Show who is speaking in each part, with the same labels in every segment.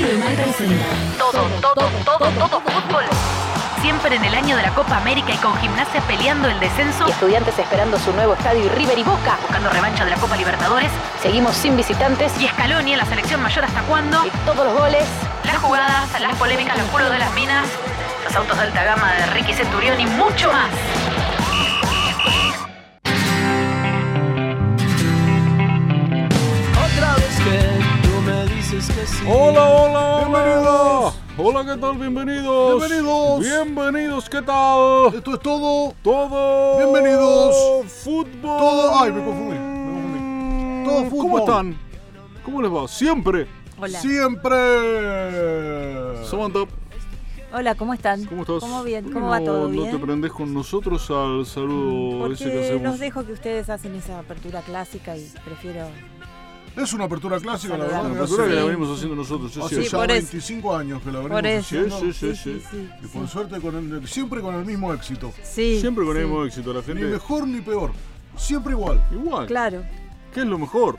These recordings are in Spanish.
Speaker 1: Unidos.
Speaker 2: Todo, todo, todo, todo fútbol. Siempre en el año de la Copa América y con gimnasia peleando el descenso.
Speaker 1: Y estudiantes esperando su nuevo estadio y River y Boca.
Speaker 2: Buscando revancha de la Copa Libertadores.
Speaker 1: Seguimos sin visitantes.
Speaker 2: Y Scaloni en la selección mayor hasta cuándo.
Speaker 1: Y todos los goles.
Speaker 2: Las jugadas, las polémicas, los culos de las minas. Los autos de alta gama de Ricky Centurión y mucho más.
Speaker 3: Hola, hola, hola.
Speaker 4: Bienvenidos.
Speaker 3: Hola, ¿qué tal? Bienvenidos.
Speaker 4: Bienvenidos.
Speaker 3: Bienvenidos, ¿qué tal?
Speaker 4: Esto es todo.
Speaker 3: Todo.
Speaker 4: Bienvenidos.
Speaker 3: Fútbol.
Speaker 4: Todo- ay, me confundí, me confundí. Todo
Speaker 3: ¿Cómo
Speaker 4: fútbol.
Speaker 3: están? ¿Cómo les va? Siempre.
Speaker 5: Hola.
Speaker 4: Siempre.
Speaker 3: Samantha,
Speaker 5: Hola, ¿cómo están?
Speaker 3: ¿cómo estás?
Speaker 5: ¿Cómo bien?
Speaker 3: Uy,
Speaker 5: ¿Cómo va
Speaker 3: no-
Speaker 5: todo
Speaker 3: No te
Speaker 5: bien? Mm,
Speaker 3: prendes con nosotros al saludo ese que
Speaker 5: Porque
Speaker 3: hacemos.
Speaker 5: los dejo que ustedes hacen esa apertura clásica y prefiero...
Speaker 4: Es una apertura clásica, la
Speaker 5: Saludar.
Speaker 3: La
Speaker 4: verdad. que
Speaker 3: apertura
Speaker 4: hace-
Speaker 3: que la
Speaker 5: Sí.
Speaker 3: venimos haciendo nosotros, es
Speaker 4: Hace
Speaker 3: cierto.
Speaker 5: Sí,
Speaker 4: ya
Speaker 5: por eso.
Speaker 4: 25 años que la venimos
Speaker 5: Por eso.
Speaker 4: haciendo.
Speaker 3: Sí, sí, sí,
Speaker 4: Y por suerte, con el- siempre con el mismo éxito.
Speaker 5: Sí,
Speaker 3: Siempre con el
Speaker 5: sí.
Speaker 3: mismo éxito, la
Speaker 4: Ni
Speaker 3: gente.
Speaker 4: mejor ni peor. Siempre igual.
Speaker 3: Igual.
Speaker 5: Claro.
Speaker 3: ¿Qué es lo mejor?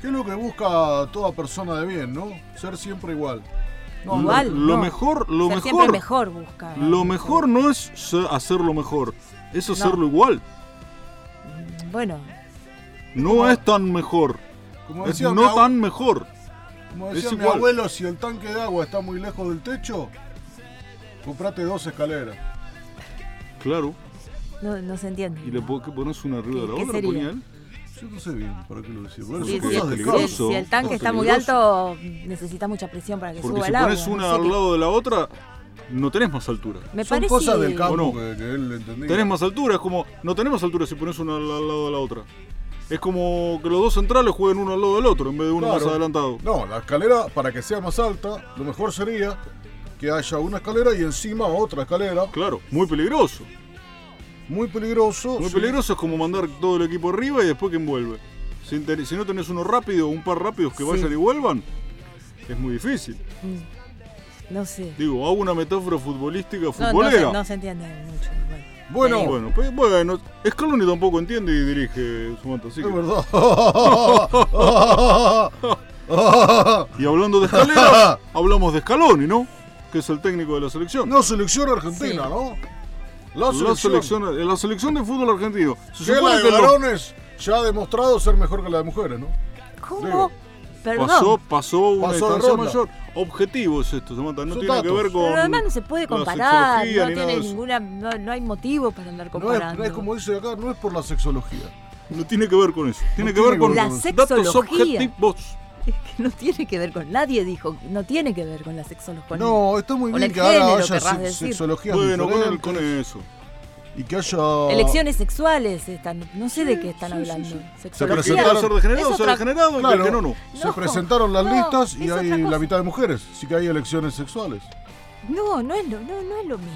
Speaker 4: Que es lo que busca toda persona de bien, ¿no? Ser siempre igual. No,
Speaker 5: Igual,
Speaker 3: Lo
Speaker 5: no.
Speaker 3: mejor, lo
Speaker 5: Ser siempre
Speaker 3: mejor.
Speaker 5: el mejor busca.
Speaker 3: Lo mejor no es sa- hacerlo mejor, es hacerlo igual.
Speaker 5: Bueno,
Speaker 3: No es tan mejor,
Speaker 4: Como
Speaker 3: es
Speaker 4: decía, mi,
Speaker 3: no
Speaker 4: abue-
Speaker 3: tan mejor.
Speaker 4: como
Speaker 3: es
Speaker 4: decía mi
Speaker 3: igual.
Speaker 4: abuelo, si el tanque de agua está muy lejos del techo, comprate dos escaleras.
Speaker 3: Claro,
Speaker 5: no, no se entiende.
Speaker 3: y le po- que pones una arriba de la
Speaker 5: ¿Qué
Speaker 3: otra,
Speaker 5: sería?
Speaker 3: ponía él.
Speaker 4: Yo no sé bien para qué lo decía. Bueno,
Speaker 5: Sí,
Speaker 4: son
Speaker 3: Porque es
Speaker 5: sí,
Speaker 4: cosas de
Speaker 5: sí,
Speaker 3: peligroso,
Speaker 5: sí, si el tanque
Speaker 3: es
Speaker 5: está muy
Speaker 3: peligroso.
Speaker 5: alto, necesita mucha presión para que
Speaker 3: Porque
Speaker 5: suba
Speaker 3: si
Speaker 5: el agua.
Speaker 3: pones una
Speaker 5: no sé
Speaker 3: al
Speaker 5: qué.
Speaker 3: lado de la otra, no tenés más altura.
Speaker 5: Me
Speaker 4: Son
Speaker 5: parece...
Speaker 4: cosas del campo
Speaker 3: ¿O no?
Speaker 4: que, que él entendía.
Speaker 3: Tenés más altura, es como, no tenemos altura si pones una al, al lado de la otra. Es como que los dos centrales jueguen uno al lado del otro en vez de uno
Speaker 4: Claro.
Speaker 3: más adelantado.
Speaker 4: No, la escalera, para que sea más alta, lo mejor sería que haya una escalera y encima otra escalera.
Speaker 3: Claro, muy peligroso.
Speaker 4: Muy peligroso.
Speaker 3: Muy
Speaker 4: sí.
Speaker 3: peligroso es como mandar todo el equipo arriba y después que envuelve. Si, ten- si no tenés uno rápido, un par rápidos que
Speaker 5: Sí.
Speaker 3: vayan y vuelvan, es muy difícil.
Speaker 5: No sé.
Speaker 3: Digo, hago una metáfora futbolística
Speaker 5: No, no, se,
Speaker 3: futbolera.
Speaker 5: no se entiende mucho. Bueno,
Speaker 4: Bueno,
Speaker 3: Bueno, pues, bueno, Scaloni tampoco entiende y dirige su manta, así
Speaker 4: es
Speaker 3: que-
Speaker 4: verdad.
Speaker 3: Y hablando de escaleras, hablamos de Scaloni, ¿no? Que es el técnico de la selección.
Speaker 4: no selección argentina,
Speaker 5: Sí.
Speaker 4: ¿no?
Speaker 3: la, selección, eh, la selección de fútbol argentino. Se
Speaker 4: Que la
Speaker 3: supone
Speaker 4: de
Speaker 3: que lo-
Speaker 4: varones ya ha demostrado ser mejor que la de mujeres, ¿no?
Speaker 5: ¿Cómo?
Speaker 4: Digo,
Speaker 5: Perdón.
Speaker 3: pasó, pasó una
Speaker 4: Pasó de
Speaker 3: distancia
Speaker 4: ronda.
Speaker 3: mayor. Objetivo es esto, Samantha. No
Speaker 4: Son
Speaker 3: tiene que
Speaker 4: datos.
Speaker 3: ver con.
Speaker 5: Pero además no se puede
Speaker 3: la
Speaker 5: comparar,
Speaker 3: sexología
Speaker 5: no
Speaker 3: ni nada
Speaker 5: tiene
Speaker 3: de eso.
Speaker 5: ninguna, no, no hay motivo para andar
Speaker 4: No es,
Speaker 5: comparando.
Speaker 4: no es como dice acá, no es por la sexología.
Speaker 3: No tiene que ver con eso. Tiene
Speaker 4: No
Speaker 3: que ver
Speaker 4: tiene
Speaker 3: con
Speaker 5: que ver con eso. La
Speaker 3: datos
Speaker 5: sexología.
Speaker 3: objetivos.
Speaker 5: Es que no tiene que ver con nadie, dijo. No tiene que ver con la sexología.
Speaker 4: No, está muy
Speaker 5: con
Speaker 4: bien
Speaker 5: el
Speaker 4: que ahora
Speaker 5: género,
Speaker 4: haya
Speaker 5: querrás
Speaker 4: sex-
Speaker 5: decir.
Speaker 4: sexologías
Speaker 3: Bueno, con, el-
Speaker 4: diferentes
Speaker 3: con eso.
Speaker 4: y que haya...
Speaker 5: Elecciones sexuales, están, no sé de qué están hablando. Sexología.
Speaker 3: ¿El que va a ser degenerado
Speaker 5: Es
Speaker 3: será
Speaker 5: otra-
Speaker 3: degenerado? y el
Speaker 4: Claro.
Speaker 3: que no, no.
Speaker 4: Se
Speaker 5: No,
Speaker 4: presentaron las
Speaker 5: no,
Speaker 4: listas y
Speaker 5: es
Speaker 4: hay
Speaker 5: otra cosa.
Speaker 4: la mitad de mujeres. Sí que hay elecciones sexuales.
Speaker 5: No, no es, lo, no, no es lo mismo.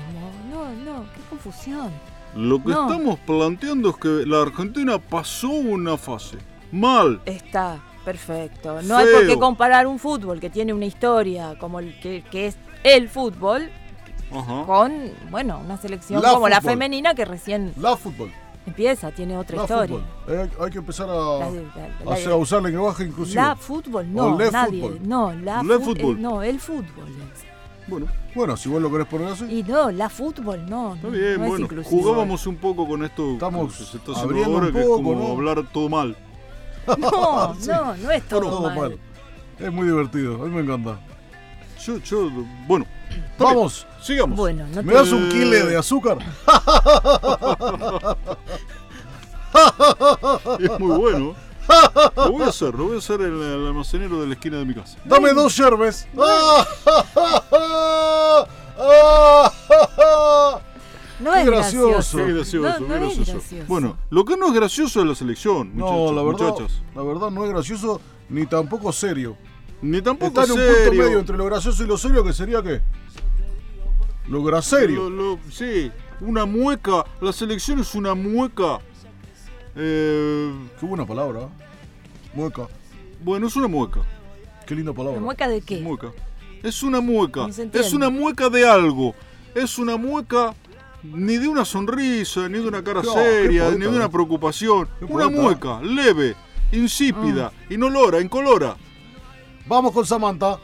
Speaker 5: No, no, qué confusión.
Speaker 3: Lo que
Speaker 5: No.
Speaker 3: estamos planteando es que la Argentina pasó una fase. Mal.
Speaker 5: Está perfecto. No hay por
Speaker 3: Feo.
Speaker 5: qué comparar un fútbol que tiene una historia como el que, que es el fútbol
Speaker 3: Ajá.
Speaker 5: con, bueno, una selección
Speaker 4: La
Speaker 5: como la
Speaker 4: fútbol.
Speaker 5: femenina que recién
Speaker 4: La fútbol.
Speaker 5: empieza, tiene otra
Speaker 4: La
Speaker 5: historia.
Speaker 4: fútbol. Eh, hay que empezar
Speaker 5: La
Speaker 4: a,
Speaker 5: de- la- la-
Speaker 4: a hacer- a usar lenguaje inclusivo.
Speaker 5: La fútbol,
Speaker 4: O
Speaker 5: no,
Speaker 4: le
Speaker 5: nadie.
Speaker 4: fútbol.
Speaker 5: No, la,
Speaker 3: Le
Speaker 5: fut-
Speaker 3: fútbol.
Speaker 5: eh, no, el fútbol. es.
Speaker 3: Bueno,
Speaker 4: Bueno, si vos lo querés poner así.
Speaker 5: Y no, la fútbol, no.
Speaker 3: está
Speaker 5: no,
Speaker 3: bien.
Speaker 5: no es
Speaker 3: bueno,
Speaker 5: inclusivo. eh.
Speaker 3: jugábamos un poco con esto.
Speaker 4: Estamos
Speaker 3: que se está haciendo
Speaker 4: abriendo un
Speaker 3: ahora, que es
Speaker 4: poco,
Speaker 3: como
Speaker 4: ¿no?
Speaker 3: hablar todo mal.
Speaker 5: No,
Speaker 4: Sí.
Speaker 5: no, no es todo,
Speaker 4: Todo
Speaker 5: mal.
Speaker 4: mal. Es muy divertido, a mí me encanta.
Speaker 3: Yo, yo, bueno, Está bien.
Speaker 4: Vamos,
Speaker 3: sigamos.
Speaker 5: Bueno, no
Speaker 4: ¿me
Speaker 5: te-
Speaker 4: das un kilo de azúcar?
Speaker 3: Es muy bueno. Lo voy a hacer, lo voy a hacer en el, el almacenero de la esquina de mi casa.
Speaker 4: Dame dos yerbes. Qué
Speaker 5: no es
Speaker 4: gracioso.
Speaker 5: gracioso.
Speaker 3: Qué gracioso,
Speaker 5: No,
Speaker 3: qué
Speaker 5: no es
Speaker 3: gracioso.
Speaker 5: gracioso.
Speaker 3: Bueno, lo que no es gracioso es la selección, muchachos.
Speaker 4: No, la verdad,
Speaker 3: muchachas.
Speaker 4: la verdad no es gracioso ni tampoco serio.
Speaker 3: Ni tampoco
Speaker 4: Está en un
Speaker 3: serio.
Speaker 4: punto medio entre lo gracioso y lo serio, que sería qué? Lo
Speaker 3: Lo-
Speaker 4: graserio.
Speaker 3: lo- sí, una mueca. La selección es una mueca. Eh,
Speaker 4: Qué buena palabra. ¿eh? Mueca.
Speaker 3: bueno, es una mueca.
Speaker 4: Qué linda palabra.
Speaker 5: ¿La mueca de qué?
Speaker 3: mueca. Es una mueca.
Speaker 5: No se entiende.
Speaker 3: Es una mueca de algo. Es una mueca ni de una sonrisa, ni de una cara
Speaker 4: No, qué
Speaker 3: seria,
Speaker 4: poeta,
Speaker 3: ni de una
Speaker 4: eh.
Speaker 3: preocupación.
Speaker 4: Qué
Speaker 3: Una
Speaker 4: poeta.
Speaker 3: mueca leve,
Speaker 5: Ah.
Speaker 3: insípida, inolora, incolora.
Speaker 4: Vamos con Samantha.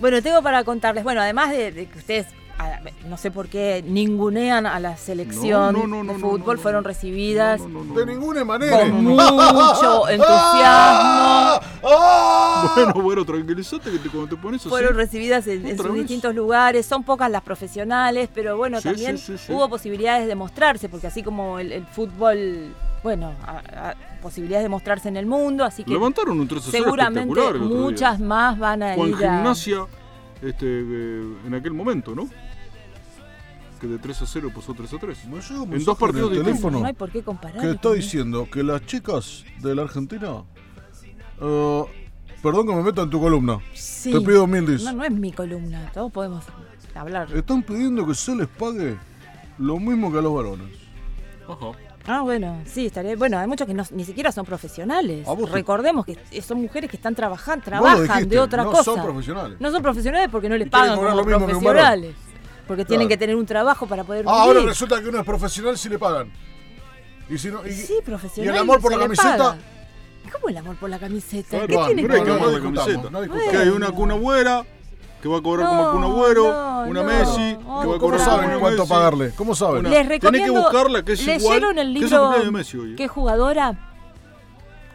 Speaker 5: Bueno, tengo para contarles, bueno, además de, de que ustedes, a- no sé por qué, ningunean a la selección
Speaker 3: No, no, no, no,
Speaker 5: de fútbol,
Speaker 3: no, no,
Speaker 5: fueron
Speaker 3: no.
Speaker 5: recibidas
Speaker 3: No, no, no,
Speaker 4: De
Speaker 3: no.
Speaker 4: ninguna manera.
Speaker 5: con mucho entusiasmo,
Speaker 4: ¡Ah! ¡Ah!
Speaker 3: Bueno, bueno, tranquilízate que te, cuando te pones así.
Speaker 5: fueron recibidas en, en
Speaker 3: Otra
Speaker 5: sus
Speaker 3: vez.
Speaker 5: distintos lugares, son pocas las profesionales, pero bueno,
Speaker 3: Sí,
Speaker 5: también
Speaker 3: sí, sí, sí.
Speaker 5: hubo posibilidades de mostrarse, porque así como el, el fútbol, bueno, a- a- posibilidades de mostrarse en el mundo, así que
Speaker 3: Levantaron un 3
Speaker 5: seguramente
Speaker 3: espectacular el otro día.
Speaker 5: muchas más van a
Speaker 3: O en
Speaker 5: ir a...
Speaker 3: gimnasia, este, eh, en aquel momento, ¿no? Que de 3 a 0 pasó 3 a 3.
Speaker 4: Me llega
Speaker 3: En
Speaker 4: un
Speaker 3: dos
Speaker 4: mensaje
Speaker 3: partidos
Speaker 4: en
Speaker 3: distintos.
Speaker 4: el teléfono
Speaker 5: No hay por qué comparar.
Speaker 4: que está diciendo que las chicas de la Argentina. eh, perdón que me meta en tu columna.
Speaker 5: Sí.
Speaker 4: Te pido mil dis.
Speaker 5: No, no es mi columna, todos podemos hablar.
Speaker 4: Están pidiendo que se les pague lo mismo que a los varones.
Speaker 3: Ajá.
Speaker 5: Ah, bueno, sí, estaría. Bueno, hay muchos que no- ni siquiera son profesionales.
Speaker 4: A Ah, vos te-
Speaker 5: Recordemos que son mujeres que están trabajando,
Speaker 4: Vos lo
Speaker 5: trabajan
Speaker 4: dijiste,
Speaker 5: de otra
Speaker 4: no
Speaker 5: cosa.
Speaker 4: son profesionales.
Speaker 5: No son profesionales porque no les
Speaker 4: Y quieren
Speaker 5: pagan
Speaker 4: cobrar
Speaker 5: como
Speaker 4: lo mismo que un varón.
Speaker 5: profesionales. Porque tienen
Speaker 4: Claro.
Speaker 5: que tener un trabajo para poder
Speaker 4: Ah, ahora
Speaker 5: vivir.
Speaker 4: resulta que uno es profesional si le pagan. Y si no, y,
Speaker 5: sí, profesional.
Speaker 4: y el amor por
Speaker 5: se
Speaker 4: la
Speaker 5: le
Speaker 4: camiseta.
Speaker 5: paga. ¿Cómo el amor por la camiseta?
Speaker 4: Ah,
Speaker 3: Claro,
Speaker 5: ¿Qué
Speaker 3: bueno,
Speaker 5: tiene
Speaker 3: pero hay
Speaker 5: que
Speaker 3: que
Speaker 5: ver?
Speaker 3: amar
Speaker 4: no
Speaker 3: la
Speaker 4: discutamos,
Speaker 3: camiseta.
Speaker 4: no discutamos.
Speaker 5: Bueno.
Speaker 3: Que hay una Cuna Buera que va a cobrar como Cuna Agüero,
Speaker 5: No,
Speaker 3: una
Speaker 5: no.
Speaker 3: Messi,
Speaker 5: Oh,
Speaker 3: que va a
Speaker 5: ¿cómo
Speaker 4: ¿Cómo
Speaker 3: cobrar como
Speaker 4: saben
Speaker 3: una
Speaker 4: cuánto
Speaker 3: Messi.
Speaker 4: pagarle? ¿Cómo saben?
Speaker 3: Una-
Speaker 5: Les
Speaker 3: Tenés que
Speaker 5: recomiendo.
Speaker 3: buscarla, que es igual-
Speaker 5: ¿Leyeron el
Speaker 3: que es el
Speaker 5: libro?
Speaker 3: cumpleaños de Messi hoy, eh.
Speaker 5: ¿Qué jugadora?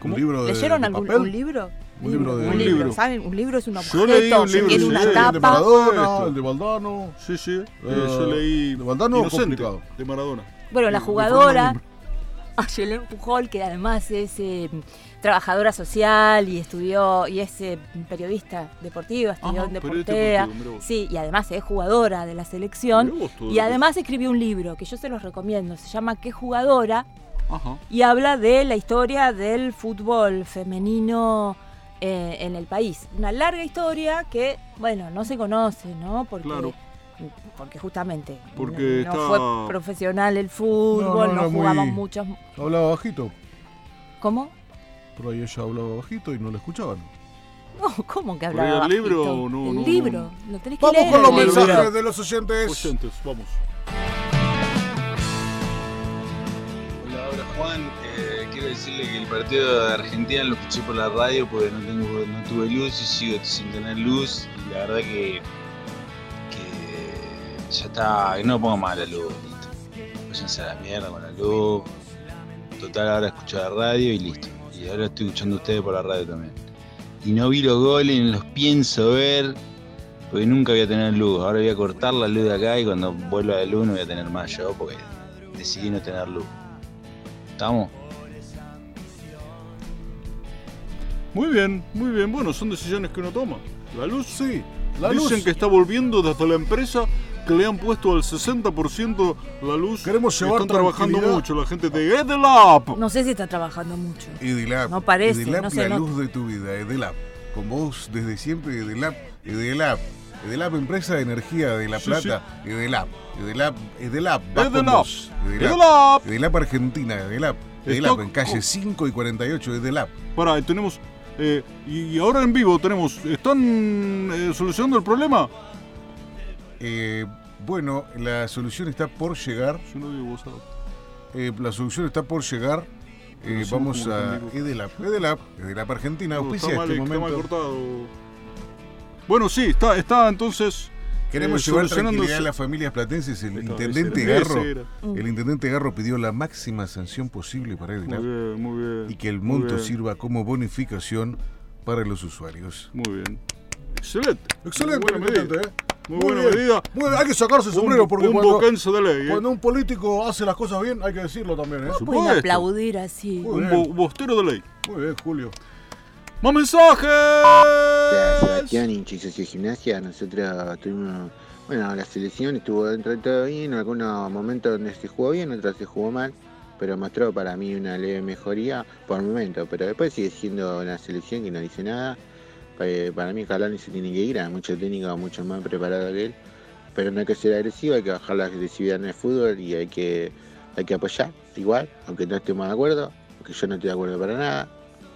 Speaker 4: ¿Un libro de,
Speaker 5: ¿Leyeron
Speaker 4: de
Speaker 5: algún
Speaker 4: papel?
Speaker 5: un libro?
Speaker 4: Un libro de-
Speaker 5: un
Speaker 4: Un
Speaker 5: libro.
Speaker 3: libro.
Speaker 5: ¿Saben? Un libro es un objeto,
Speaker 3: Yo leí un libro,
Speaker 5: tiene
Speaker 3: sí,
Speaker 5: una
Speaker 3: sí, de
Speaker 4: El de
Speaker 5: tapa.
Speaker 4: Maradona,
Speaker 3: Esto.
Speaker 4: el de Valdano.
Speaker 3: Sí, sí. eh,
Speaker 4: Eh,
Speaker 3: yo leí
Speaker 4: ¿de Valdano o
Speaker 3: Inocente,
Speaker 4: complicado?
Speaker 3: de Maradona.
Speaker 5: Bueno, la
Speaker 4: de
Speaker 5: jugadora
Speaker 4: Fernando
Speaker 5: Ayelén Pujol, que además es eh, trabajadora social y estudió y es eh, periodista deportiva, estudió
Speaker 3: Ajá,
Speaker 5: en
Speaker 3: periodista
Speaker 5: Deportea.
Speaker 3: deportiva, mirá vos.
Speaker 5: Sí, y además es jugadora de la selección.
Speaker 3: Mirá vos todo lo
Speaker 5: Y
Speaker 3: que-
Speaker 5: además escribió un libro que yo se los recomiendo, se llama ¿Qué jugadora?
Speaker 3: Ajá.
Speaker 5: y habla de la historia del fútbol femenino eh, en el país. Una larga historia que, bueno, no se conoce, ¿no? Porque,
Speaker 3: Claro.
Speaker 5: porque justamente
Speaker 3: Porque
Speaker 5: no, no
Speaker 3: está-
Speaker 5: fue profesional el fútbol,
Speaker 4: No, no
Speaker 5: no,
Speaker 4: era muy-
Speaker 5: jugamos muchos...
Speaker 4: Hablaba bajito.
Speaker 5: ¿Cómo?
Speaker 4: Por ahí ella hablaba bajito y no la escuchaban.
Speaker 5: No, ¿cómo que
Speaker 3: Por ahí
Speaker 5: hablaba?
Speaker 3: el libro,
Speaker 5: Tito?
Speaker 3: no,
Speaker 5: el
Speaker 3: no,
Speaker 5: libro, lo tenés que
Speaker 4: Vamos
Speaker 5: leer.
Speaker 4: con los
Speaker 5: el libro.
Speaker 4: mensajes de los oyentes.
Speaker 3: Oyentes, vamos.
Speaker 6: Hola, hola Juan. Eh, quiero decirle que el partido de Argentina lo escuché por la radio porque no, tengo, no tuve luz y sigo sin tener luz. Y la verdad que, que ya está, que no pongo más la luz. Listo. Váyanse a la mierda con la luz. Total, ahora escucho la radio y listo. Y ahora estoy escuchando a ustedes por la radio también. Y no vi los goles, ni los pienso ver. Porque nunca voy a tener luz. Ahora voy a cortar la luz de acá y cuando vuelva la luz no voy a tener más yo porque decidí no tener luz. ¿Estamos?
Speaker 3: Muy bien, muy bien. Bueno, son decisiones que uno toma. La luz,
Speaker 4: Sí, la
Speaker 3: Dicen
Speaker 4: luz.
Speaker 3: que está volviendo desde la empresa que le han puesto al 60% la luz.
Speaker 4: Queremos llevar
Speaker 3: Están trabajando
Speaker 4: tranquilidad.
Speaker 3: mucho la gente de Edelab.
Speaker 5: No sé si está trabajando mucho.
Speaker 7: Edilab.
Speaker 5: No parece,
Speaker 7: Edilab,
Speaker 5: no se
Speaker 7: la
Speaker 5: nota.
Speaker 7: luz de tu vida, Edilab. Con vos desde siempre, Edilab, Edilab. Edilab, empresa de energía de La
Speaker 3: Sí,
Speaker 7: Plata. Edelab, Edelab, Edelab, va con
Speaker 3: Edelab.
Speaker 7: vos. Edelab.
Speaker 3: Edelab.
Speaker 7: Edelab Argentina, Edelab. Edelab,
Speaker 3: Estoy
Speaker 7: en calle 5 y 48, Edelab.
Speaker 3: Pará, tenemos. eh, y, y ahora en vivo tenemos. ¿Están eh, solucionando el problema?
Speaker 7: Eh, bueno, la solución está por llegar.
Speaker 3: Yo no digo WhatsApp.
Speaker 7: eh, la solución está por llegar. Eh,
Speaker 3: Conocemos
Speaker 7: vamos
Speaker 3: como
Speaker 7: a
Speaker 3: conmigo.
Speaker 7: Edelab, Edelab, Edelab Argentina,
Speaker 3: No,
Speaker 7: auspicia
Speaker 3: está, mal,
Speaker 7: este
Speaker 3: está mal
Speaker 7: momento.
Speaker 3: cortado. Bueno, sí, está, está entonces.
Speaker 7: Queremos
Speaker 3: eh,
Speaker 7: llevar
Speaker 3: solucionando-
Speaker 7: tranquilidad a las familias platenses. El
Speaker 3: Esta
Speaker 7: intendente
Speaker 3: vez era-
Speaker 7: Garro,
Speaker 3: Ese era.
Speaker 4: Mm.
Speaker 7: el intendente Garro pidió la máxima sanción posible para
Speaker 3: Muy
Speaker 7: el
Speaker 3: bien, muy bien.
Speaker 7: y que el
Speaker 3: muy
Speaker 7: monto
Speaker 3: bien,
Speaker 7: sirva como bonificación para los usuarios.
Speaker 3: Muy bien. Excelente.
Speaker 4: Excelente,
Speaker 3: Muy buena
Speaker 4: excelente,
Speaker 3: medida.
Speaker 4: ¿eh?
Speaker 3: Muy buena
Speaker 4: bien.
Speaker 3: medida.
Speaker 4: Muy bien, Hay que sacarse el sombrero
Speaker 3: Un,
Speaker 4: porque
Speaker 3: un
Speaker 4: cuando,
Speaker 3: boquense de ley. ¿eh?
Speaker 4: cuando un político hace las cosas bien, hay que decirlo también, ¿eh?
Speaker 5: No pueden
Speaker 3: supuesto.
Speaker 5: aplaudir así.
Speaker 4: Muy
Speaker 3: Un
Speaker 4: bien.
Speaker 3: bo- bostero de ley.
Speaker 4: Muy bien, Julio.
Speaker 3: ¡Más mensajes!
Speaker 8: Sebastián, hincha de Socio gimnasia, nosotros tuvimos, bueno, la selección estuvo dentro de todo bien, en algunos momentos donde se jugó bien, otros se jugó mal, pero mostró para mí una leve mejoría por momento, pero después sigue siendo una selección que no dice nada, Pa- eh, para mí Calani se tiene que ir, hay mucho técnico, mucho más preparado que él, pero no hay que ser agresivo, hay que bajar la agresividad en el fútbol y hay que, hay que apoyar, igual, aunque no estemos de acuerdo, porque yo no estoy de acuerdo para nada,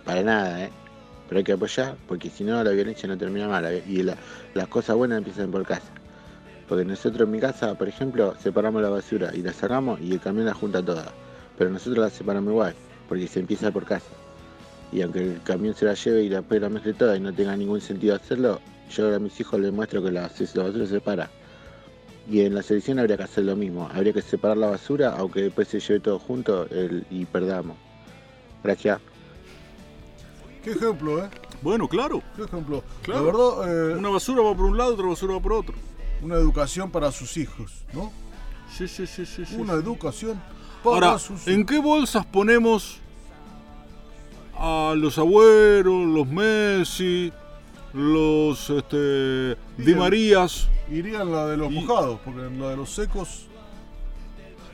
Speaker 8: para nada, ¿eh? pero hay que apoyar porque si no la violencia no termina mal la- y la- las cosas buenas empiezan por casa. Porque nosotros en mi casa, por ejemplo, separamos la basura y la sacamos y el camión la junta toda. Pero nosotros la separamos igual, porque se empieza por casa. Y aunque el camión se la lleve y la pela mezcle toda y no tenga ningún sentido hacerlo, yo ahora a mis hijos les muestro que la, la basura se separa. Y en la selección habría que hacer lo mismo. Habría que separar la basura, aunque después se lleve todo junto el- y perdamos. Gracias.
Speaker 4: Qué ejemplo, ¿eh?
Speaker 3: Bueno, claro.
Speaker 4: Qué ejemplo.
Speaker 3: Claro.
Speaker 4: La verdad, eh,
Speaker 3: Una basura va por un lado, otra basura va por otro.
Speaker 4: una educación para sus hijos, ¿no?
Speaker 3: Sí, sí, sí, sí. sí,
Speaker 4: Una
Speaker 3: sí.
Speaker 4: educación para
Speaker 3: Ahora,
Speaker 4: sus
Speaker 3: ¿en qué bolsas ponemos a los abuelos, los Messi, los este, Di
Speaker 4: Bien.
Speaker 3: Marías?
Speaker 4: Iría en la de los
Speaker 3: Y-
Speaker 4: mojados, porque en la de los secos,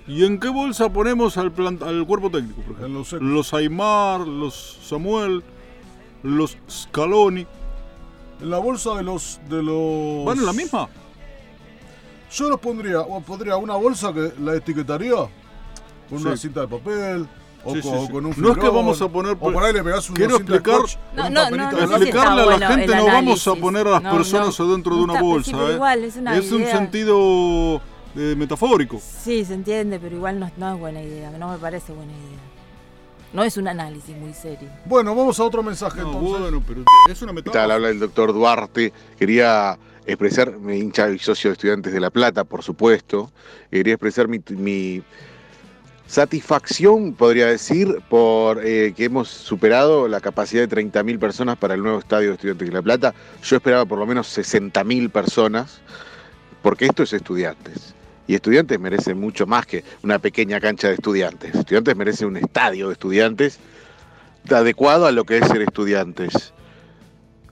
Speaker 3: ¿Y en qué bolsa ponemos al, plan- al cuerpo técnico? por ejemplo?
Speaker 4: en los secos.
Speaker 3: Los Aymar, los Samuel, los Scaloni.
Speaker 4: En la bolsa de los. De los
Speaker 3: ¿Van en la misma?
Speaker 4: Yo los pondría, o pondría una bolsa que la etiquetaría con una
Speaker 3: Sí.
Speaker 4: cinta de papel o,
Speaker 3: Sí, sí,
Speaker 4: con,
Speaker 3: sí.
Speaker 4: con
Speaker 3: No
Speaker 4: un
Speaker 3: es que
Speaker 4: fibrón,
Speaker 3: vamos a poner-
Speaker 4: O por ahí le pegás una
Speaker 3: Quiero
Speaker 4: cinta de
Speaker 3: explicar-
Speaker 4: scotch,
Speaker 5: No,
Speaker 4: un
Speaker 5: no,
Speaker 4: papelito
Speaker 5: no,
Speaker 4: blanco.
Speaker 5: no sé si está
Speaker 3: Explicarle a la
Speaker 5: bueno
Speaker 3: gente,
Speaker 5: el
Speaker 3: no vamos
Speaker 5: análisis.
Speaker 3: a poner a las
Speaker 5: No,
Speaker 3: personas
Speaker 5: no.
Speaker 3: adentro de
Speaker 5: No
Speaker 3: una
Speaker 5: está- sí,
Speaker 3: bolsa.
Speaker 5: pero
Speaker 3: ¿eh?
Speaker 5: igual, es una
Speaker 3: un
Speaker 5: idea.
Speaker 3: sentido eh, metafórico.
Speaker 5: Sí, se entiende, pero igual no, no es buena idea, no me parece buena idea. No es un análisis muy serio.
Speaker 4: Bueno, vamos a otro mensaje
Speaker 3: No,
Speaker 4: entonces.
Speaker 3: bueno, pero es una
Speaker 9: ¿Qué tal?
Speaker 3: metáfora.
Speaker 9: Habla el doctor Duarte. Quería expresar, mi hincha y socio de Estudiantes de La Plata, por supuesto. Quería expresar mi, mi satisfacción, podría decir, por eh, que hemos superado la capacidad de 30.000 personas para el nuevo estadio de Estudiantes de La Plata. Yo esperaba por lo menos 60.000 personas, porque esto es Estudiantes. Y Estudiantes merece mucho más que una pequeña cancha de Estudiantes. Estudiantes merece un estadio de Estudiantes adecuado a lo que es ser Estudiantes.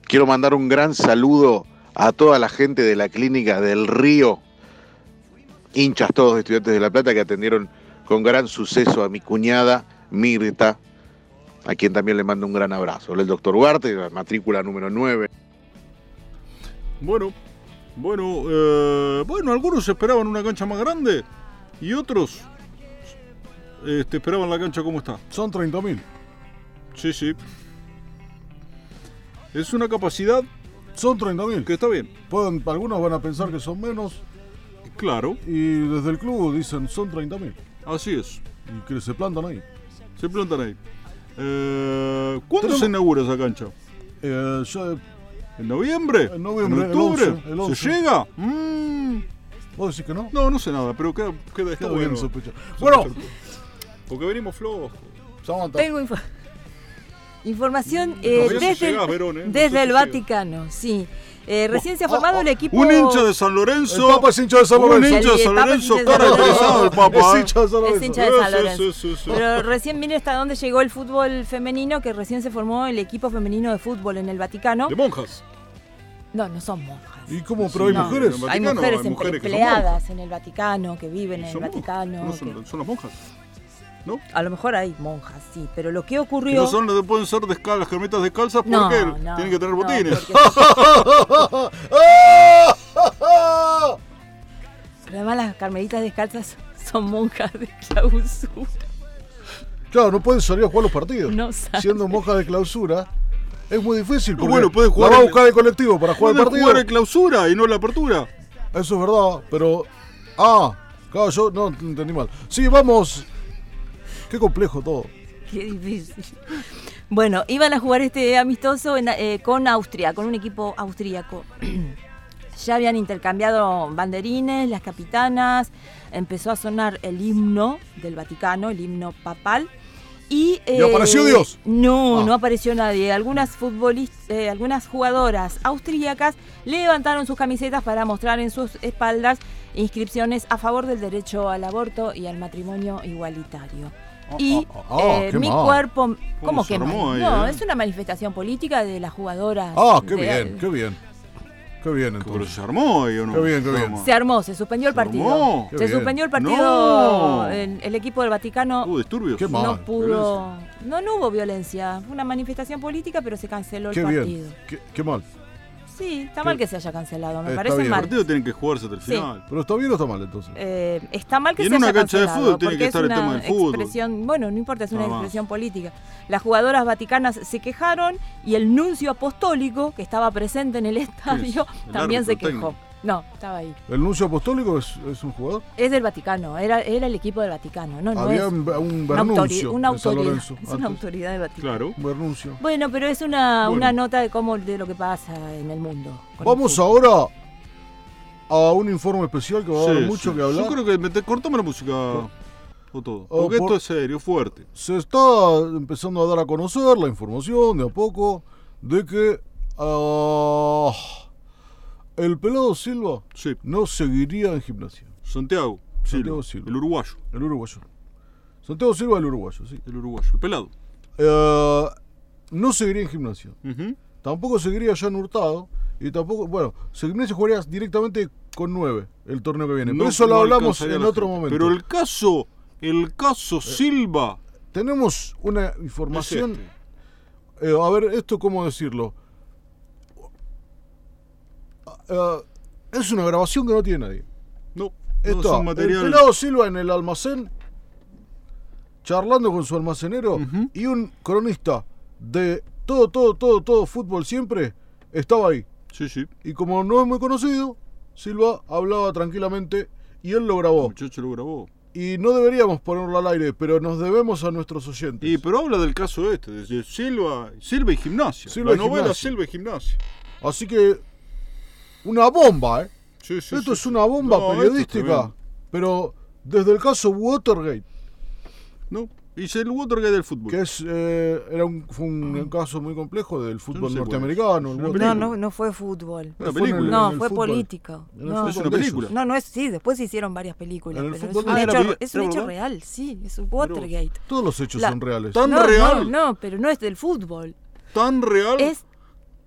Speaker 9: Quiero mandar un gran saludo a toda la gente de la clínica del Río, hinchas todos de estudiantes de La Plata que atendieron con gran suceso a mi cuñada Mirta, a quien también le mando un gran abrazo. El doctor Huarte, la matrícula número 9.
Speaker 3: Bueno, bueno, eh, bueno, algunos esperaban una cancha más grande y otros este, esperaban la cancha como está.
Speaker 4: Son 30.000.
Speaker 3: Sí, sí. Es una capacidad
Speaker 4: Son 30.000.
Speaker 3: que está bien.
Speaker 4: Pueden- algunos van a pensar que son menos
Speaker 3: Claro,
Speaker 4: y desde el club dicen son 30.000
Speaker 3: así es.
Speaker 4: y que se plantan ahí.
Speaker 3: Se plantan ahí. Eh, ¿Cuándo
Speaker 4: Tenemos-
Speaker 3: se inaugura esa cancha?
Speaker 4: Eh, yo-
Speaker 3: ¿En noviembre?
Speaker 4: En noviembre,
Speaker 3: ¿En
Speaker 4: el
Speaker 3: octubre?
Speaker 4: 11, el 11.
Speaker 3: ¿Se llega? Mm,
Speaker 4: ¿Vos decís que no?
Speaker 3: no, no sé nada, pero queda, queda, está
Speaker 4: Queda
Speaker 3: bueno.
Speaker 4: bien sospechado. Bueno,
Speaker 3: Porque venimos flojos.
Speaker 4: Samantha,
Speaker 5: Tengo info- información eh,
Speaker 3: Todavía se
Speaker 5: desde,
Speaker 3: llega a Verón, ¿eh? No sé
Speaker 5: desde
Speaker 3: si
Speaker 5: el
Speaker 3: llega. Ah,
Speaker 5: Vaticano, sí. Eh, recién se ha formado el equipo...
Speaker 3: Un hincha de San
Speaker 4: el
Speaker 3: Lorenzo.
Speaker 4: Papa es hincha de San
Speaker 3: Un
Speaker 4: Lorenzo.
Speaker 3: hincha de
Speaker 5: El
Speaker 3: San
Speaker 5: Papa
Speaker 3: Lorenzo,
Speaker 5: hincha de San
Speaker 3: cara
Speaker 5: Lorenzo.
Speaker 3: pesada el Papa. ¿eh?
Speaker 4: Es hincha de San
Speaker 5: Es
Speaker 4: Lorenzo.
Speaker 5: hincha de San
Speaker 3: Sí, sí,
Speaker 5: Lorenzo.
Speaker 3: sí, sí, sí.
Speaker 5: Pero recién mire hasta dónde llegó el fútbol femenino, que recién se formó el equipo femenino de fútbol en el Vaticano.
Speaker 3: De monjas.
Speaker 5: No, no son monjas.
Speaker 4: ¿Y cómo? ¿Pero hay
Speaker 5: No.
Speaker 4: mujeres?
Speaker 3: Pero-
Speaker 5: hay
Speaker 3: Vaticano,
Speaker 5: mujeres,
Speaker 3: hay mujeres que son
Speaker 5: empleadas en el Vaticano que viven en el
Speaker 3: Son monjas.
Speaker 5: Vaticano.
Speaker 3: No
Speaker 5: que-
Speaker 3: son, son las monjas.
Speaker 5: A lo mejor hay monjas, sí, pero lo que
Speaker 3: Que
Speaker 5: ocurrió.
Speaker 3: no son las que pueden ser descalzas, las carmitas descalzas porque
Speaker 5: No, no,
Speaker 3: tienen que tener
Speaker 5: no,
Speaker 3: botines.
Speaker 5: porque-
Speaker 4: ¡Ah!
Speaker 5: pero además, las carmelitas descalzas son monjas de clausura.
Speaker 4: Claro, no pueden salir a jugar los partidos.
Speaker 5: No salen.
Speaker 4: Siendo monja de clausura, es muy difícil.
Speaker 3: No,
Speaker 4: porque
Speaker 3: bueno, puede jugar
Speaker 4: La va a
Speaker 3: en-
Speaker 4: buscar el colectivo para jugar el
Speaker 3: Pueden
Speaker 4: partido.
Speaker 3: jugar en clausura y no en la apertura.
Speaker 4: Eso es verdad, pero. Ah, claro, yo no entendí mal. Sí, vamos. Qué complejo todo.
Speaker 5: Qué difícil. Bueno, iban a jugar este amistoso en- eh, con Austria, con un equipo austríaco. ya habían intercambiado banderines, las capitanas, empezó a sonar el himno del Vaticano, el himno papal. Y,
Speaker 4: ¿Y apareció Dios?
Speaker 5: No,
Speaker 4: Ah.
Speaker 5: no apareció nadie. Algunas futbolistas, algunas jugadoras austríacas levantaron sus camisetas para mostrar en sus espaldas inscripciones a favor del derecho al aborto y al matrimonio igualitario. Y
Speaker 4: ah, ah,
Speaker 5: eh,
Speaker 4: qué
Speaker 5: mi
Speaker 4: mal.
Speaker 5: cuerpo. ¿Cómo
Speaker 3: se
Speaker 5: que
Speaker 3: armó
Speaker 5: mal?
Speaker 3: ahí,
Speaker 5: No,
Speaker 3: eh?
Speaker 5: es una manifestación política de las jugadoras.
Speaker 4: Ah, qué
Speaker 5: de-
Speaker 4: bien, qué bien. Qué bien,
Speaker 3: Pero
Speaker 4: entonces.
Speaker 3: se armó ahí o no.
Speaker 4: Qué bien, qué bien.
Speaker 3: Vamos.
Speaker 5: Se armó, se suspendió el
Speaker 3: Se
Speaker 5: partido.
Speaker 3: armó.
Speaker 4: Qué
Speaker 5: Se
Speaker 4: bien.
Speaker 5: suspendió el partido.
Speaker 3: No.
Speaker 5: El, el equipo del Vaticano
Speaker 3: Hubo disturbios.
Speaker 4: Qué mal.
Speaker 5: no pudo. No, no hubo violencia. Fue una manifestación política, pero se canceló el
Speaker 4: Qué
Speaker 5: partido.
Speaker 4: bien. Qué, qué mal.
Speaker 5: Sí, está
Speaker 4: Qué-
Speaker 5: mal que se haya cancelado. Me
Speaker 4: Está
Speaker 5: parece
Speaker 4: bien.
Speaker 3: Los
Speaker 5: mal.
Speaker 3: partidos tienen que jugarse hasta el
Speaker 5: Sí.
Speaker 3: final.
Speaker 4: ¿Pero está bien o está mal entonces?
Speaker 5: Eh, está mal que
Speaker 3: Y en
Speaker 5: se
Speaker 3: una
Speaker 5: haya
Speaker 3: cancha de
Speaker 5: cancelado,
Speaker 3: fútbol tiene
Speaker 5: porque
Speaker 3: que
Speaker 5: es
Speaker 3: estar el
Speaker 5: una
Speaker 3: tema del fútbol.
Speaker 5: expresión- bueno, no importa, es una
Speaker 3: Nada más.
Speaker 5: expresión política. Las jugadoras vaticanas se quejaron y el nuncio apostólico, que estaba presente en el estadio,
Speaker 3: El
Speaker 5: también se
Speaker 3: árbitro, el
Speaker 5: quejó.
Speaker 3: técnico.
Speaker 5: No, estaba ahí.
Speaker 4: ¿El nuncio apostólico es, es un jugador?
Speaker 5: Es del Vaticano, era, era el equipo del Vaticano. No, no
Speaker 4: Había
Speaker 5: es
Speaker 4: un, un
Speaker 5: una, autori-
Speaker 4: Bernuncio
Speaker 5: una
Speaker 4: de San
Speaker 5: autoridad.
Speaker 4: Lorenzo.
Speaker 5: Es una
Speaker 4: antes.
Speaker 5: autoridad del Vaticano.
Speaker 3: Claro.
Speaker 4: Un Bernuncio.
Speaker 5: Bueno, pero es una,
Speaker 3: Bueno.
Speaker 5: una nota de cómo de lo que pasa en el mundo. con el
Speaker 4: Vamos
Speaker 5: fútbol.
Speaker 4: ahora a un informe especial que va a dar
Speaker 3: Sí,
Speaker 4: mucho
Speaker 3: sí.
Speaker 4: que hablar.
Speaker 3: Yo creo que me te- cortame la música o todo.
Speaker 4: O
Speaker 3: Porque
Speaker 4: por-
Speaker 3: esto es serio, fuerte.
Speaker 4: se está empezando a dar a conocer la información de a poco de que ah, el pelado Silva
Speaker 3: Sí,
Speaker 4: no seguiría en gimnasia.
Speaker 3: Santiago.
Speaker 4: Santiago
Speaker 3: Silva,
Speaker 4: Silva.
Speaker 3: El uruguayo.
Speaker 4: El uruguayo. Santiago Silva, el uruguayo, sí.
Speaker 3: El uruguayo. El pelado.
Speaker 4: Eh, no seguiría en gimnasia.
Speaker 3: Ujú.
Speaker 4: Tampoco seguiría ya en Hurtado. Y tampoco, bueno, se- gimnasia jugaría directamente con 9 el torneo que viene.
Speaker 3: No-
Speaker 4: Pero eso lo
Speaker 3: no
Speaker 4: hablamos
Speaker 3: alcanzaría
Speaker 4: en
Speaker 3: la
Speaker 4: otro
Speaker 3: gente.
Speaker 4: momento. Eh,
Speaker 3: Pero el caso, el caso Silva.
Speaker 4: Tenemos una
Speaker 3: es
Speaker 4: información
Speaker 3: este.
Speaker 4: Eh, a ver, esto cómo decirlo. Ah, es una grabación que no tiene nadie.
Speaker 3: No, no
Speaker 4: Esto,
Speaker 3: son
Speaker 4: el
Speaker 3: material.
Speaker 4: pelado Silva en el almacén, charlando con su almacenero,
Speaker 3: Ujú.
Speaker 4: y un cronista de todo, todo, todo, todo fútbol siempre estaba ahí.
Speaker 3: Sí, sí.
Speaker 4: Y como no es muy conocido, Silva hablaba tranquilamente y él lo
Speaker 3: El
Speaker 4: grabó.
Speaker 3: muchacho lo grabó.
Speaker 4: Y no deberíamos ponerlo al aire, pero nos debemos a nuestros oyentes.
Speaker 3: Y pero habla del caso este, de de Silva, Silva y gimnasia.
Speaker 4: Silva
Speaker 3: la
Speaker 4: y
Speaker 3: novela
Speaker 4: gimnasia.
Speaker 3: Silva y gimnasia.
Speaker 4: Así que, una bomba, ¿eh?
Speaker 3: Sí, sí,
Speaker 4: esto
Speaker 3: sí,
Speaker 4: es
Speaker 3: sí.
Speaker 4: una bomba
Speaker 3: No, esto es
Speaker 4: periodística.
Speaker 3: tremendo.
Speaker 4: Pero desde el caso Watergate,
Speaker 3: No, y se el Watergate del fútbol.
Speaker 4: que es, eh, era un, fue un
Speaker 9: Ah.
Speaker 4: caso muy complejo del fútbol
Speaker 3: sé cuál es.
Speaker 4: norteamericano.
Speaker 3: Es
Speaker 4: el
Speaker 3: una
Speaker 4: Watergate.
Speaker 5: No,
Speaker 3: película.
Speaker 5: no, no fue fútbol.
Speaker 3: Una
Speaker 4: Fue en el-
Speaker 3: película.
Speaker 4: en
Speaker 5: No,
Speaker 4: el
Speaker 5: fue
Speaker 4: fútbol.
Speaker 5: político.
Speaker 4: En el
Speaker 5: No.
Speaker 4: fútbol
Speaker 3: Es una
Speaker 4: de
Speaker 3: película.
Speaker 4: ellos.
Speaker 5: No, no es, sí, después se hicieron varias películas.
Speaker 4: En el
Speaker 5: pero es
Speaker 4: fútbol
Speaker 5: un
Speaker 4: de-
Speaker 3: Ah,
Speaker 5: hecho,
Speaker 3: era-
Speaker 5: es un
Speaker 3: era
Speaker 5: hecho
Speaker 3: verdad.
Speaker 5: real, sí, es un Watergate.
Speaker 4: Todos los hechos
Speaker 5: La-
Speaker 4: son reales.
Speaker 3: Tan
Speaker 5: no,
Speaker 3: real,
Speaker 5: No, no, pero no es del fútbol.
Speaker 3: tan real,
Speaker 5: Es,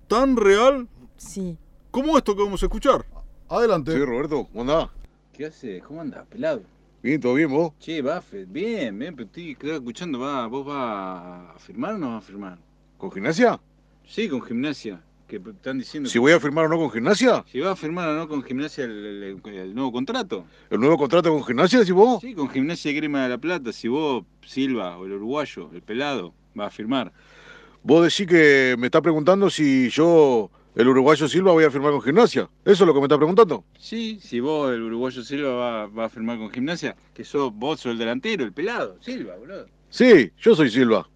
Speaker 3: tan real
Speaker 5: sí.
Speaker 3: como esto que vamos a escuchar.
Speaker 4: Adelante.
Speaker 9: Sí, Roberto, ¿cómo andás?
Speaker 6: ¿Qué haces? ¿Cómo andás, pelado?
Speaker 9: Bien, todo bien vos.
Speaker 6: Che, Buffett, bien, bien, pero estoy creo, escuchando, va, ¿vos vas a firmar o no vas a firmar?
Speaker 9: ¿Con gimnasia?
Speaker 6: Sí, con gimnasia, que p- están diciendo
Speaker 9: Si voy a firmar o no con gimnasia,
Speaker 6: que si vas a firmar o no con gimnasia el, el- el nuevo contrato.
Speaker 9: el nuevo contrato con gimnasia, decís vos.
Speaker 6: Sí, con gimnasia de Grima de la Plata, si vos, Silva, o el uruguayo, el pelado, vas a firmar.
Speaker 9: Vos decís que me está preguntando si yo, el uruguayo Silva, voy a firmar con gimnasia. Eso es lo que me está preguntando.
Speaker 6: Sí, si vos, el uruguayo Silva, va, va a firmar con gimnasia, que sos vos sos el delantero, el pelado, Silva, boludo.
Speaker 9: Sí, yo soy Silva.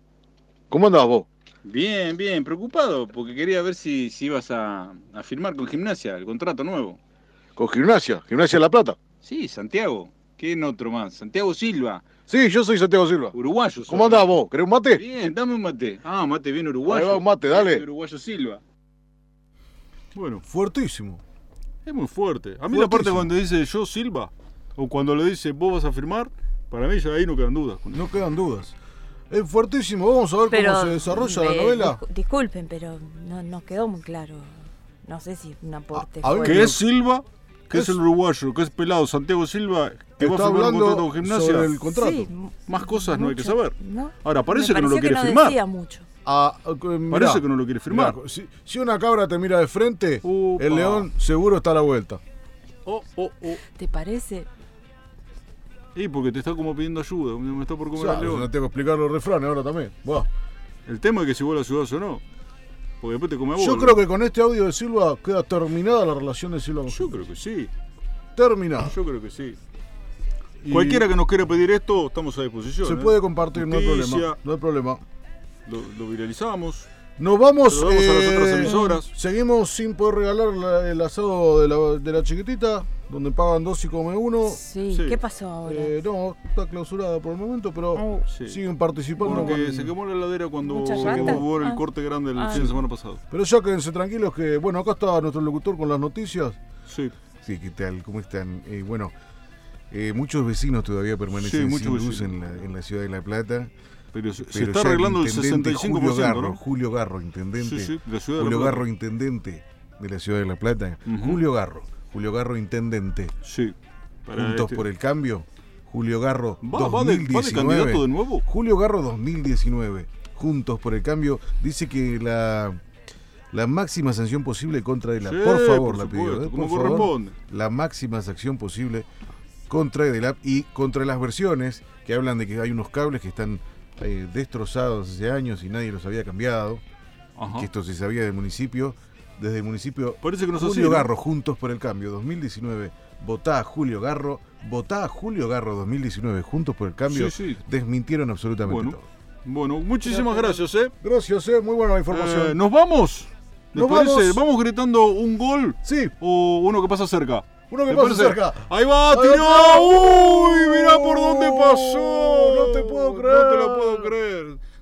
Speaker 9: ¿Cómo andás vos?
Speaker 6: Bien, bien, preocupado, porque quería ver si, si ibas a, a firmar con gimnasia el contrato nuevo.
Speaker 9: Con gimnasia, gimnasia de La Plata.
Speaker 6: Sí, Santiago. ¿Quién otro más? Santiago Silva,
Speaker 9: Sí, yo soy Santiago Silva.
Speaker 6: uruguayo. sos.
Speaker 9: ¿Cómo andás vos? ¿Querés un mate?
Speaker 6: Bien, dame un mate. Ah, mate bien uruguayo.
Speaker 9: Ahí va un mate, dale.
Speaker 6: Uruguayo Silva.
Speaker 3: Bueno,
Speaker 4: Fuertísimo.
Speaker 3: es muy fuerte. A mí la parte
Speaker 4: Fuertísimo.
Speaker 3: cuando dice yo Silva, o cuando le dice vos vas a firmar, para mí ya ahí no quedan dudas.
Speaker 4: No quedan dudas. Es fuertísimo. Vamos a ver
Speaker 5: Pero,
Speaker 4: cómo se desarrolla
Speaker 5: eh,
Speaker 4: la novela.
Speaker 5: discu- disculpen, pero no, no quedó muy claro. No sé si un aporte.
Speaker 4: A- a ver
Speaker 5: fue-
Speaker 3: Ah, Que es Silva, que es,
Speaker 4: Es-
Speaker 3: el uruguayo, que es pelado, Santiago Silva, que va a
Speaker 4: Está
Speaker 3: firmar un
Speaker 4: hablando
Speaker 3: contrato con gimnasia.
Speaker 4: sobre el contrato.
Speaker 5: Sí, mu-
Speaker 3: Más cosas no hay que
Speaker 5: mucho,
Speaker 3: saber.
Speaker 5: ¿no?
Speaker 3: Ahora, parece
Speaker 5: Me
Speaker 3: que no lo
Speaker 5: pareció
Speaker 3: quiere firmar.
Speaker 5: decía mucho.
Speaker 4: Ah, eh, mirá,
Speaker 3: Parece que no lo quiere firmar.
Speaker 4: mirá, si, si una cabra te mira de frente,
Speaker 3: Upa.
Speaker 4: el león seguro está a la vuelta.
Speaker 3: Oh, oh, oh.
Speaker 5: ¿Te parece?
Speaker 3: Y porque te está como pidiendo ayuda, me está por
Speaker 4: O
Speaker 3: comer
Speaker 4: sea,
Speaker 3: al león.
Speaker 4: no tengo que explicar los refranes ahora también. Buah.
Speaker 3: El tema es que si vos la ayudás o no. Porque después te come a vos.
Speaker 4: Yo creo que con este audio de Silva queda terminada la relación de Silva con
Speaker 3: Yo creo que sí.
Speaker 4: Terminada.
Speaker 3: Yo creo que sí.
Speaker 4: Y
Speaker 3: Cualquiera que nos quiera pedir esto, estamos a disposición.
Speaker 4: Se
Speaker 3: ¿eh?
Speaker 4: puede compartir, no hay
Speaker 3: Justicia,
Speaker 4: problema. No hay problema.
Speaker 3: Lo, lo viralizamos.
Speaker 4: Nos vamos. eh,
Speaker 3: Pero vamos a las otras emisoras.
Speaker 4: Seguimos sin poder regalar la- el asado de la, de la chiquitita, donde pagan dos y come uno.
Speaker 5: Sí.
Speaker 3: Sí.
Speaker 5: ¿Qué pasó ahora?
Speaker 4: Eh, no, está clausurada por el momento, pero
Speaker 3: Sí.
Speaker 4: siguen participando.
Speaker 3: Porque
Speaker 4: con-
Speaker 3: se quemó la heladera cuando
Speaker 5: Muchas ratas.
Speaker 3: hubo el
Speaker 5: Ah.
Speaker 3: corte grande el
Speaker 5: Ah.
Speaker 3: fin de semana pasado.
Speaker 4: Pero ya quédense tranquilos que, bueno, acá está nuestro locutor con las noticias.
Speaker 3: Sí.
Speaker 7: Sí, ¿qué tal? ¿Cómo están? Eh, bueno, eh, muchos vecinos todavía permanecen
Speaker 3: Sí, muchos
Speaker 7: sin luz
Speaker 3: vecinos.
Speaker 7: en la, en la ciudad de La Plata.
Speaker 3: Pero se, se
Speaker 7: pero
Speaker 3: está
Speaker 7: ya
Speaker 3: arreglando el
Speaker 7: intendente
Speaker 3: 65%,
Speaker 7: Julio Garro,
Speaker 3: ¿no?
Speaker 7: Julio Garro, intendente.
Speaker 3: Sí, sí, de la ciudad de
Speaker 7: Julio
Speaker 3: La Plata.
Speaker 7: Garro, intendente de la ciudad de La Plata.
Speaker 3: Ujú.
Speaker 7: Julio Garro, Julio Garro, intendente.
Speaker 3: Sí. Para
Speaker 7: Juntos
Speaker 3: este-
Speaker 7: por el cambio. Julio Garro,
Speaker 3: ¿Va, va de,
Speaker 7: 2019.
Speaker 3: va de candidato de nuevo?
Speaker 7: Julio Garro 2019, Juntos por el Cambio, dice que la, la máxima sanción posible contra de la
Speaker 3: Sí,
Speaker 7: por favor,
Speaker 3: por
Speaker 7: la pidió,
Speaker 3: supuesto,
Speaker 7: ¿eh?
Speaker 3: como
Speaker 7: Por favor,
Speaker 3: corresponde.
Speaker 7: la máxima sanción posible contra EDELAP y contra las versiones que hablan de que hay unos cables que están eh, destrozados hace años y nadie los había cambiado,
Speaker 3: Ajá.
Speaker 7: que esto se sabía del municipio,
Speaker 4: desde el municipio
Speaker 3: Parece que no es así. ¿no?
Speaker 4: Julio Garro, Juntos por el Cambio 2019. Votá a Julio Garro, votá a Julio Garro 2019, Juntos por el Cambio.
Speaker 3: Sí, sí.
Speaker 4: Desmintieron absolutamente
Speaker 3: Bueno.
Speaker 4: todo.
Speaker 3: Bueno, muchísimas gracias, ¿eh?
Speaker 4: Gracias, eh, muy buena la
Speaker 3: Eh,
Speaker 4: información.
Speaker 3: ¿Nos vamos? ¿Les
Speaker 4: Nos
Speaker 3: parece?
Speaker 4: vamos.
Speaker 3: gritando un gol
Speaker 4: Sí,
Speaker 3: o uno que pasa cerca?
Speaker 4: uno que
Speaker 3: ¿Te
Speaker 4: pasa
Speaker 3: parece?
Speaker 4: cerca.
Speaker 3: Ahí va,
Speaker 4: va,
Speaker 3: tiró.
Speaker 4: tiró.
Speaker 3: Uy, mirá por dónde pasó.
Speaker 4: No te puedo creer.
Speaker 3: No te lo puedo creer.